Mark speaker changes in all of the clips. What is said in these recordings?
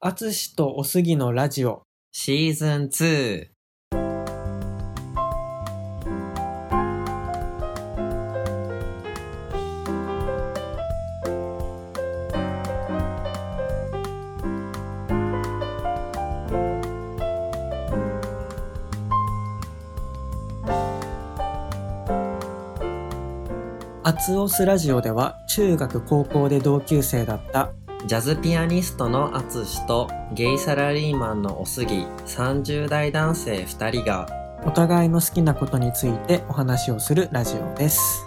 Speaker 1: あつしとおすぎのラジオ
Speaker 2: シーズン2。
Speaker 1: アツオスラジオでは中学高校で同級生だった
Speaker 2: ジャズピアニストのアツシとゲイサラリーマンのおすぎ30代男性2人が
Speaker 1: お互いの好きなことについてお話をするラジオです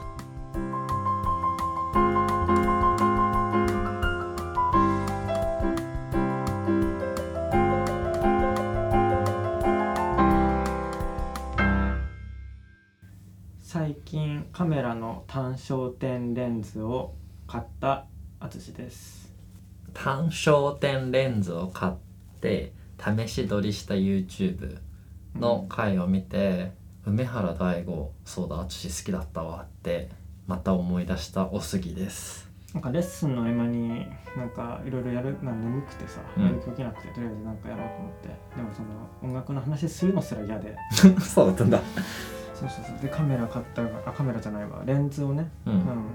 Speaker 1: 最近カメラの単焦点レンズを買ったあつしです
Speaker 2: 単焦点レンズを買って試し撮りした YouTube の回を見て、梅原大吾そうだアツシ好きだったわってまた思い出したおすぎです
Speaker 1: なんかレッスンの合間になんかいろいろやるなんか眠くてさ、
Speaker 2: うん
Speaker 1: やる気起きなくてとりあえずなんかやろうと思ってでもその音楽の話するのすら嫌で
Speaker 2: そうだったんだ
Speaker 1: そうそうそうでカメラ買ったがあカメラじゃないわレンズをね
Speaker 2: う
Speaker 1: うんん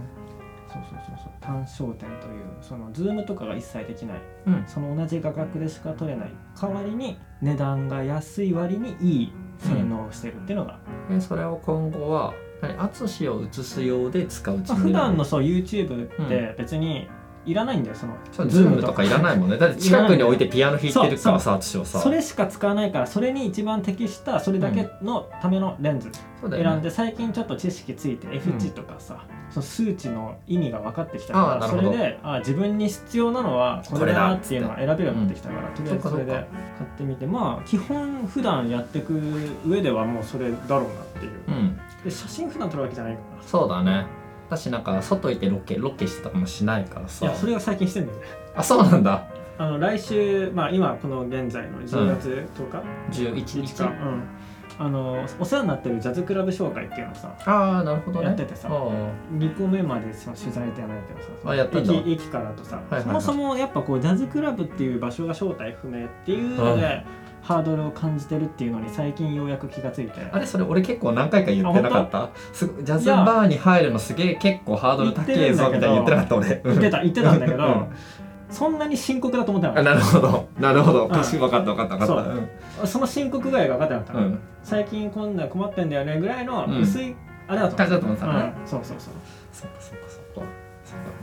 Speaker 1: そうそうそうそう単焦点というそのズームとかが一切できない
Speaker 2: うん
Speaker 1: その同じ画角でしか撮れない代わりに値段が安い割にいい性能をしてるっていうのが、
Speaker 2: でそれを今後はアツシを映すようで使うつ
Speaker 1: まあ
Speaker 2: も
Speaker 1: 普
Speaker 2: りな
Speaker 1: 段
Speaker 2: の
Speaker 1: のそう YouTube って別にいらないんだよその
Speaker 2: そうズームとかいらないもんねだって近くに置いてピアノ弾いてるから
Speaker 1: そ
Speaker 2: さアツシをさ
Speaker 1: それしか使わないからそれに一番適したそれだけのためのレンズ
Speaker 2: そうだよね
Speaker 1: 選んで最近ちょっと知識ついて F 値とかさ、その数値の意味が分かってきた
Speaker 2: あー
Speaker 1: から
Speaker 2: なる
Speaker 1: そ
Speaker 2: ほど
Speaker 1: れであー自分に必要なのはこれだっていうのは選べるようになってきたからとりあえずそれで
Speaker 2: そっ
Speaker 1: 買
Speaker 2: か
Speaker 1: ってみてまあ基本普段やっていく上ではもうそれだろうなっていう
Speaker 2: うん
Speaker 1: で写真普段撮るわけじゃないか
Speaker 2: そうだね私なんか外行ってロケロケしてたかもしないからさ
Speaker 1: らいやそれが最近してんだよね
Speaker 2: あそうなんだ
Speaker 1: あの来週まあ今この現在の10月10日、
Speaker 2: 11日
Speaker 1: か、うん、あのお世話になってるジャズクラブ紹介っていうのをさ
Speaker 2: ああなるほどね
Speaker 1: やっててさ
Speaker 2: あー
Speaker 1: 2個目までその取材ではないけどさその
Speaker 2: あやったんだ
Speaker 1: 駅駅からとさ、
Speaker 2: いはいはい
Speaker 1: そもそもやっぱこうジャズクラブっていう場所が正体不明っていうので、ハードルを感じてるっていうのに最近ようやく気がつ いて
Speaker 2: あれそれ俺結構何回か言ってなかったすごいジャズバーに入るのすげえ結構ハードル高えぞみたいに言ってなかった俺
Speaker 1: 言ってた言ってたんだけど、
Speaker 2: うん
Speaker 1: そんなに深刻だと思ってな
Speaker 2: あ
Speaker 1: かっ
Speaker 2: なるほどなるほど
Speaker 1: ん
Speaker 2: かし分かった分かった分かったうん
Speaker 1: たその深刻具合が分かってなかった、
Speaker 2: うん
Speaker 1: 最近こんな困ってんだよねぐらいの
Speaker 2: うん
Speaker 1: 薄い、あれだと
Speaker 2: 感じだと
Speaker 1: 思っ
Speaker 2: 思って
Speaker 1: た
Speaker 2: たね
Speaker 1: うん、そうそうそう
Speaker 2: そっかそっかそっかそっか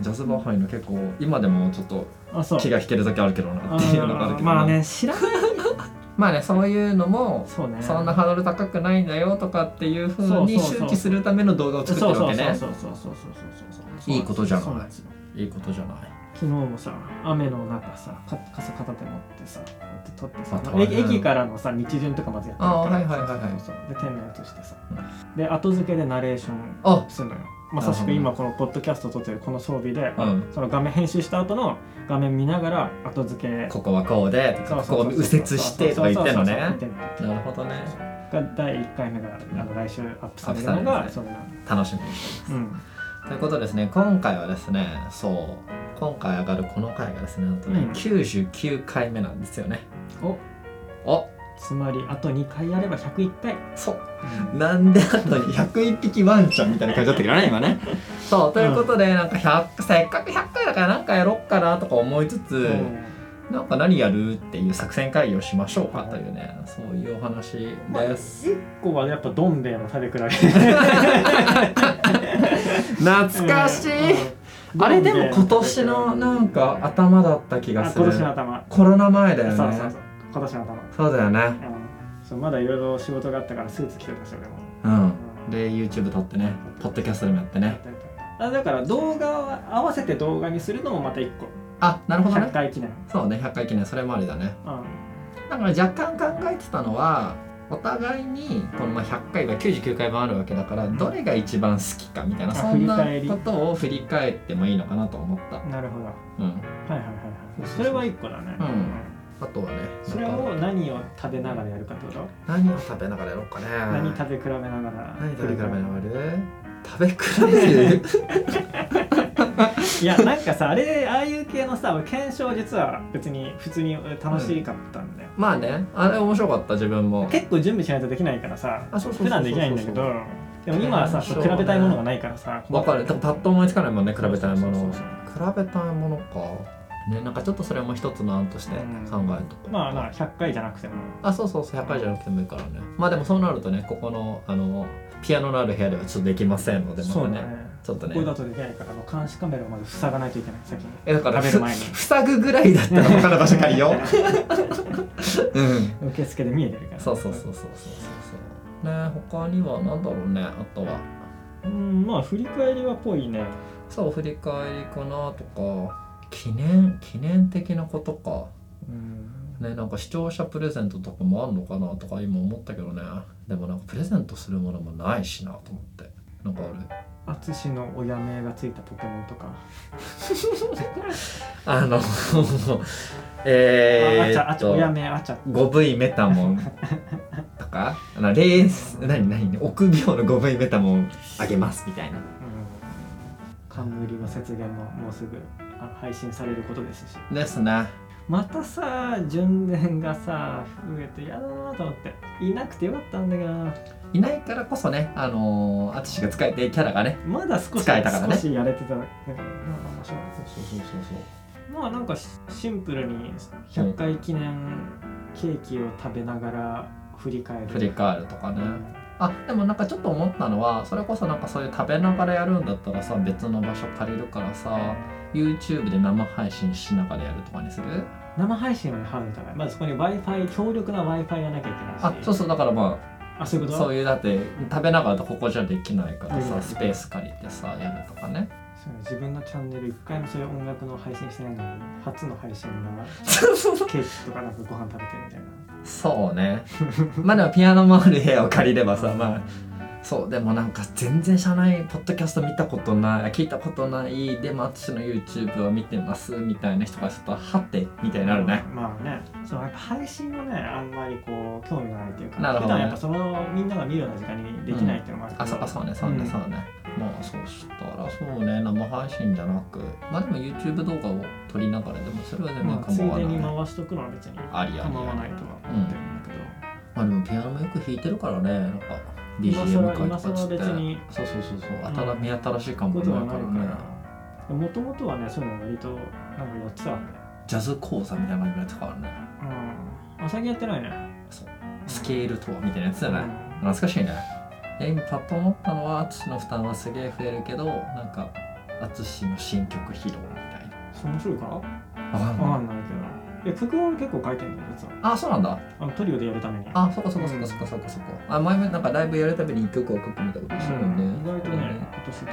Speaker 2: ジャズバー入るの結構今でもちょっと
Speaker 1: あそう
Speaker 2: 気が引けるだけあるけどなっていうのがあるけどな
Speaker 1: まあね知らない
Speaker 2: まあねそういうのも
Speaker 1: そうね
Speaker 2: そんなハードル高くないんだよとかっていうふうに
Speaker 1: そうそうそう
Speaker 2: 周知するための動画を作ってるわけね
Speaker 1: そうそうそうそうそうそうそうそう
Speaker 2: いいことじゃない
Speaker 1: そうなんですよ
Speaker 2: いいことじゃない
Speaker 1: 昨日もさ雨の中さか傘片手持ってさこうやって撮ってさ
Speaker 2: あ、
Speaker 1: まあ
Speaker 2: 大
Speaker 1: 駅
Speaker 2: 変
Speaker 1: 駅からのさ道順とかまずやってるから
Speaker 2: あーはいはいはいはい
Speaker 1: そうそうそうで店内としてさ、で後付けでナレーション
Speaker 2: あ
Speaker 1: するのよまさし
Speaker 2: な
Speaker 1: く
Speaker 2: るほ
Speaker 1: 今
Speaker 2: ど
Speaker 1: このポッドキャスト撮ってるこの装備で、
Speaker 2: うん
Speaker 1: その画面編集した後の画面見ながら後付け
Speaker 2: ここはこうでと
Speaker 1: そ
Speaker 2: か
Speaker 1: うそ
Speaker 2: ここ
Speaker 1: う
Speaker 2: を
Speaker 1: そう
Speaker 2: 右折してとか言ってん
Speaker 1: そうそうそ
Speaker 2: のね
Speaker 1: うそう言ってんの
Speaker 2: なるほどね
Speaker 1: が第1回目があの来週アップされるの
Speaker 2: アッ
Speaker 1: が
Speaker 2: プ
Speaker 1: そ
Speaker 2: さ
Speaker 1: れなの
Speaker 2: 楽しみにして
Speaker 1: うん
Speaker 2: ますということですね今回はですねそう今回上がるこの回がですねなんとね、
Speaker 1: うん
Speaker 2: 99回目なんですよね
Speaker 1: お
Speaker 2: お
Speaker 1: つまりあと2回やれば101回
Speaker 2: そうなんであと101匹ワンちゃんみたいな感じだったけどね今ねそうということで、なんか100せっかく100回だからなんかやろっかなとか思いつつ、
Speaker 1: うん
Speaker 2: なんか何やるっていう作戦会議をしましょうかというね、そういうお話です。
Speaker 1: 一個はやっぱどん兵衛の食べ比べ
Speaker 2: 懐かしい、あれでも今年のなんか頭だった気が
Speaker 1: あ
Speaker 2: す
Speaker 1: 今
Speaker 2: る
Speaker 1: 年。の頭
Speaker 2: コロナ前だよね。
Speaker 1: そ
Speaker 2: そうう
Speaker 1: そうそう今年の頭
Speaker 2: だよね。
Speaker 1: うんそうまだいろいろ仕事があったからスーツ着てたし俺も
Speaker 2: うん。で YouTube 撮ってね、ポッドキャストでもやってね。
Speaker 1: あだから動画を合わせて動画にするのもまた一個
Speaker 2: あ、なるほど
Speaker 1: 100
Speaker 2: ね。
Speaker 1: 回記念
Speaker 2: そうね、100回記念それもありだね。
Speaker 1: うん
Speaker 2: だから若干考えてたのは。お互いにこのまあ100回は99回もあるわけだからどれが一番好きかみたいな
Speaker 1: あ
Speaker 2: そんな
Speaker 1: 振り返り
Speaker 2: ことを振り返ってもいいのかなと思った、
Speaker 1: なるほどはい
Speaker 2: うん、
Speaker 1: はいはいはいそれは一個だね
Speaker 2: うんあとはね
Speaker 1: それを何を食べながらやるかってこと
Speaker 2: 何を食べながらやろうかね
Speaker 1: 何食べ比べながら
Speaker 2: 何食べ比べながら食べ比べる
Speaker 1: いやなんかさあれああいう系のさ俺検証実は別に普通に楽しかったんだよ、
Speaker 2: まあねあれ面白かった自分も
Speaker 1: 結構準備しないとできないからさ
Speaker 2: あそうそうそうそう
Speaker 1: 普段できないんだけどでも今はさ
Speaker 2: 検
Speaker 1: そ
Speaker 2: 証
Speaker 1: う
Speaker 2: ね
Speaker 1: 比べたいものがないからさ
Speaker 2: わかるパッと思いつかないもんね比べたいもの
Speaker 1: そう
Speaker 2: 比
Speaker 1: そう
Speaker 2: べたいものかねなんかちょっとそれも一つの案として考えとこう
Speaker 1: まあまあ100回じゃなくても
Speaker 2: あそうそうそう100回じゃなくてもいいからねまあでもそうなるとねここのあのピアノのある部屋ではちょっとできませんのでま
Speaker 1: そう
Speaker 2: た
Speaker 1: だ
Speaker 2: ね
Speaker 1: ね
Speaker 2: ちょっとね
Speaker 1: ここだとできないからあの監視カメラをまず塞がないといけない先に
Speaker 2: えだから
Speaker 1: 食べる前に
Speaker 2: ふ塞ぐぐらいだったら他の場所借りよううん
Speaker 1: 受付で見えてるから
Speaker 2: そうそうそうそうそうそうそうね他には何だろうねあとは
Speaker 1: うんまあ振り返りはぽいね
Speaker 2: そう振り返りかなとか記念記念的なことか
Speaker 1: うん
Speaker 2: ねなんか視聴者プレゼントとかもあんのかなとか今思ったけどねでもなんかプレゼントするものもないしなと思ってなんかある
Speaker 1: 淳の親名がついたポケモンとか、
Speaker 2: あの え
Speaker 1: ああちゃ
Speaker 2: ー
Speaker 1: あ
Speaker 2: っ
Speaker 1: ちゃ親
Speaker 2: と
Speaker 1: 名あちゃ
Speaker 2: 5V メタ モンとかあのレース何何臆病の 5V メタモンあげますみたいな
Speaker 1: 冠の節限ももうすぐあ配信されることですし
Speaker 2: ですね
Speaker 1: またさ順伝がさ増えてやだなと思っていなくてよかったんだけど
Speaker 2: いないからこそねあのー、淳が使えてキャラがね
Speaker 1: まだ少し
Speaker 2: 使えたからね
Speaker 1: 少しやれてただけどまあまあ面白い
Speaker 2: そうそうそうそう
Speaker 1: まあなんかシシンプルに100回記念ケーキを食べながら振り返る
Speaker 2: 振り返るとかねあでもなんかちょっと思ったのはそれこそなんかそういう食べながらやるんだったらさ別の場所借りるからさ YouTube で生配信しながらやるとかにする
Speaker 1: 生配信はねハードル高いまずそこに w i f i 強力な w i f i がなきゃいけないし
Speaker 2: あそうそうだからまあ
Speaker 1: あそういうこと
Speaker 2: そういうだって食べながらとここじゃできないから
Speaker 1: う
Speaker 2: さ
Speaker 1: ん
Speaker 2: スペース借りてさやるとかね
Speaker 1: そう自分のチャンネル一回もそういう音楽の配信してないのに初の配信がケーキとかなんかご飯食べてるみたいな
Speaker 2: そうねまあでもピアノもある部屋を借りればさまあそうでもなんか全然社内ポッドキャスト見たことない聞いたことないでも私の YouTube を見てますみたいな人がちょっとはてみたいになるね
Speaker 1: まあねそうやっぱ配信もねあんまりこう興味がないっていうか
Speaker 2: なる
Speaker 1: 普
Speaker 2: ほど
Speaker 1: 段
Speaker 2: ね
Speaker 1: やっぱそのみんなが見るような時間にできないっていうのもあるけど
Speaker 2: あそうかそうねそうね
Speaker 1: うん
Speaker 2: そうね、まあそうしたらそうね生配信じゃなくまあでも YouTube 動画を撮りながらでもそれは全然
Speaker 1: まあ、つい
Speaker 2: 構わ
Speaker 1: で
Speaker 2: ない、
Speaker 1: に
Speaker 2: まあ、
Speaker 1: 回しとくのは別に
Speaker 2: ありありあり
Speaker 1: 構わないとは思ってるんだけど、
Speaker 2: でもピアノもよく弾いてるからねなんか
Speaker 1: 今更
Speaker 2: BGM か
Speaker 1: 今
Speaker 2: とか
Speaker 1: 更
Speaker 2: つって
Speaker 1: 別に
Speaker 2: そうそうそうそう
Speaker 1: うん
Speaker 2: 新目新しい感も
Speaker 1: こと
Speaker 2: な
Speaker 1: はいない
Speaker 2: か
Speaker 1: かららも
Speaker 2: ね
Speaker 1: ともとはねそういうの割となんかやってたわけ
Speaker 2: ジャズ講座みたいな感じのやつとかあるね
Speaker 1: うんあ最近やってないね
Speaker 2: そうスケールとはみたいなやつじゃない、
Speaker 1: うん
Speaker 2: 懐かしいねいや今パッと思ったのは淳の負担はすげえ増えるけどなんか淳の新曲披露みたい
Speaker 1: そう面白いか
Speaker 2: なわかん
Speaker 1: わ
Speaker 2: な
Speaker 1: か
Speaker 2: い
Speaker 1: んないけどいや曲は俺結構書いてんだよ実は
Speaker 2: あそうなんだ
Speaker 1: あのトリオでやるために
Speaker 2: あそっかそっかそっかそっかそっかそっかあ前もなんかライブやるたびに一曲を書くみたいなことしてるもんね、
Speaker 1: 意外とね今年特にいっぱい書いて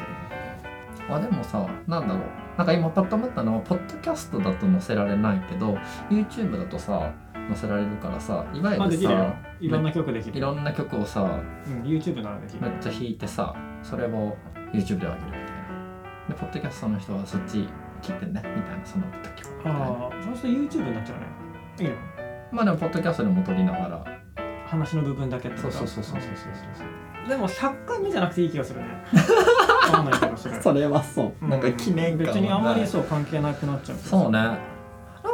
Speaker 1: る
Speaker 2: あでもさなんだろうなんか今パッと思ったのはポッドキャストだと載せられないけど YouTube だとさ載せられるからさいわ
Speaker 1: まあで
Speaker 2: ゆる
Speaker 1: きるよ
Speaker 2: さ
Speaker 1: いろんな曲でき
Speaker 2: い
Speaker 1: る、
Speaker 2: ろんな曲をさ
Speaker 1: うん、YouTube ならできる
Speaker 2: めっちゃ弾いてさそれを YouTube で上げるみたいなでポッドキャストの人はそっち聞いてねみたいなその時はみたいな
Speaker 1: ああそうすると YouTube になっちゃうねいいの
Speaker 2: まあでもポッドキャストでも撮りながら
Speaker 1: 話の部分だけってことでも100回目じゃなくていい気が するねわかんないけどそれ
Speaker 2: それはそううなんか記念感は
Speaker 1: 別にあんま
Speaker 2: な
Speaker 1: り
Speaker 2: い
Speaker 1: そう関係なくなっちゃう
Speaker 2: そうねな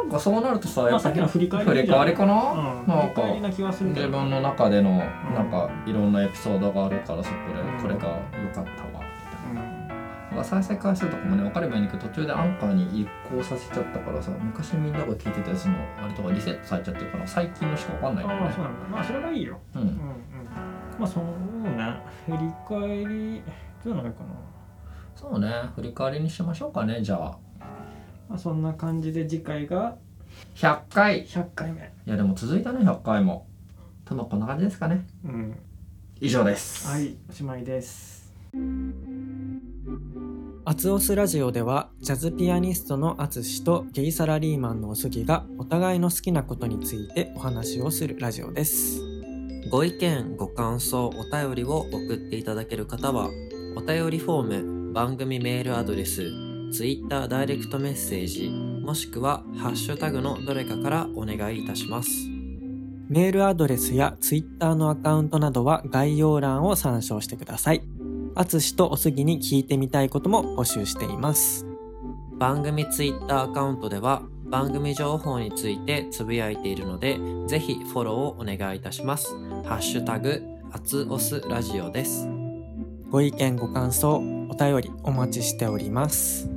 Speaker 2: んかそうなるとさ
Speaker 1: ま
Speaker 2: や
Speaker 1: あ
Speaker 2: っぱ
Speaker 1: さっきの振り返り
Speaker 2: 振り返りかな、
Speaker 1: うん
Speaker 2: な
Speaker 1: 振
Speaker 2: ん
Speaker 1: り
Speaker 2: か
Speaker 1: 返りな気はするけ
Speaker 2: 自
Speaker 1: ど
Speaker 2: 分の中での
Speaker 1: ん
Speaker 2: なんかいろんなエピソードがあるからそこでこれが良かったわみたい
Speaker 1: うん
Speaker 2: なまあ再生回数とかもね分かればいいんだけど途中でアンカーに移行させちゃったからさ昔みんなが聞いてたやつのあれとかリセットされちゃってるから最近のしか分かんないから
Speaker 1: ああ
Speaker 2: ね
Speaker 1: そうなんだまあそれはいいよ
Speaker 2: う
Speaker 1: うん
Speaker 2: ん
Speaker 1: うんまあそうね振り返りどうなのかな
Speaker 2: そうね振り返りにしましょうかねじゃあ
Speaker 1: まあそんな感じで次回が
Speaker 2: 100回い
Speaker 1: 100回目
Speaker 2: やでも続いたね100回も多分こんな感じですかね
Speaker 1: うん
Speaker 2: 以上です
Speaker 1: はい、おしまいです。アツオスラジオではジャズピアニストのアツシとゲイサラリーマンのおすぎがお互いの好きなことについてお話をするラジオです。
Speaker 3: ご意見、ご感想、お便りを送っていただける方は、お便りフォーム、番組メールアドレス、Twitter ダイレクトメッセージ、もしくは、ハッシュタグのどれかからお願いいたします。
Speaker 1: メールアドレスやツイッターのアカウントなどは概要欄を参照してください。淳とおすぎに聞いてみたいことも募集しています。
Speaker 3: 番組ツイッターアカウントでは番組情報についてつぶやいているのでぜひフォローをお願いいたしますハッシュタグアツオスラジオです
Speaker 1: ご意見ご感想お便りお待ちしております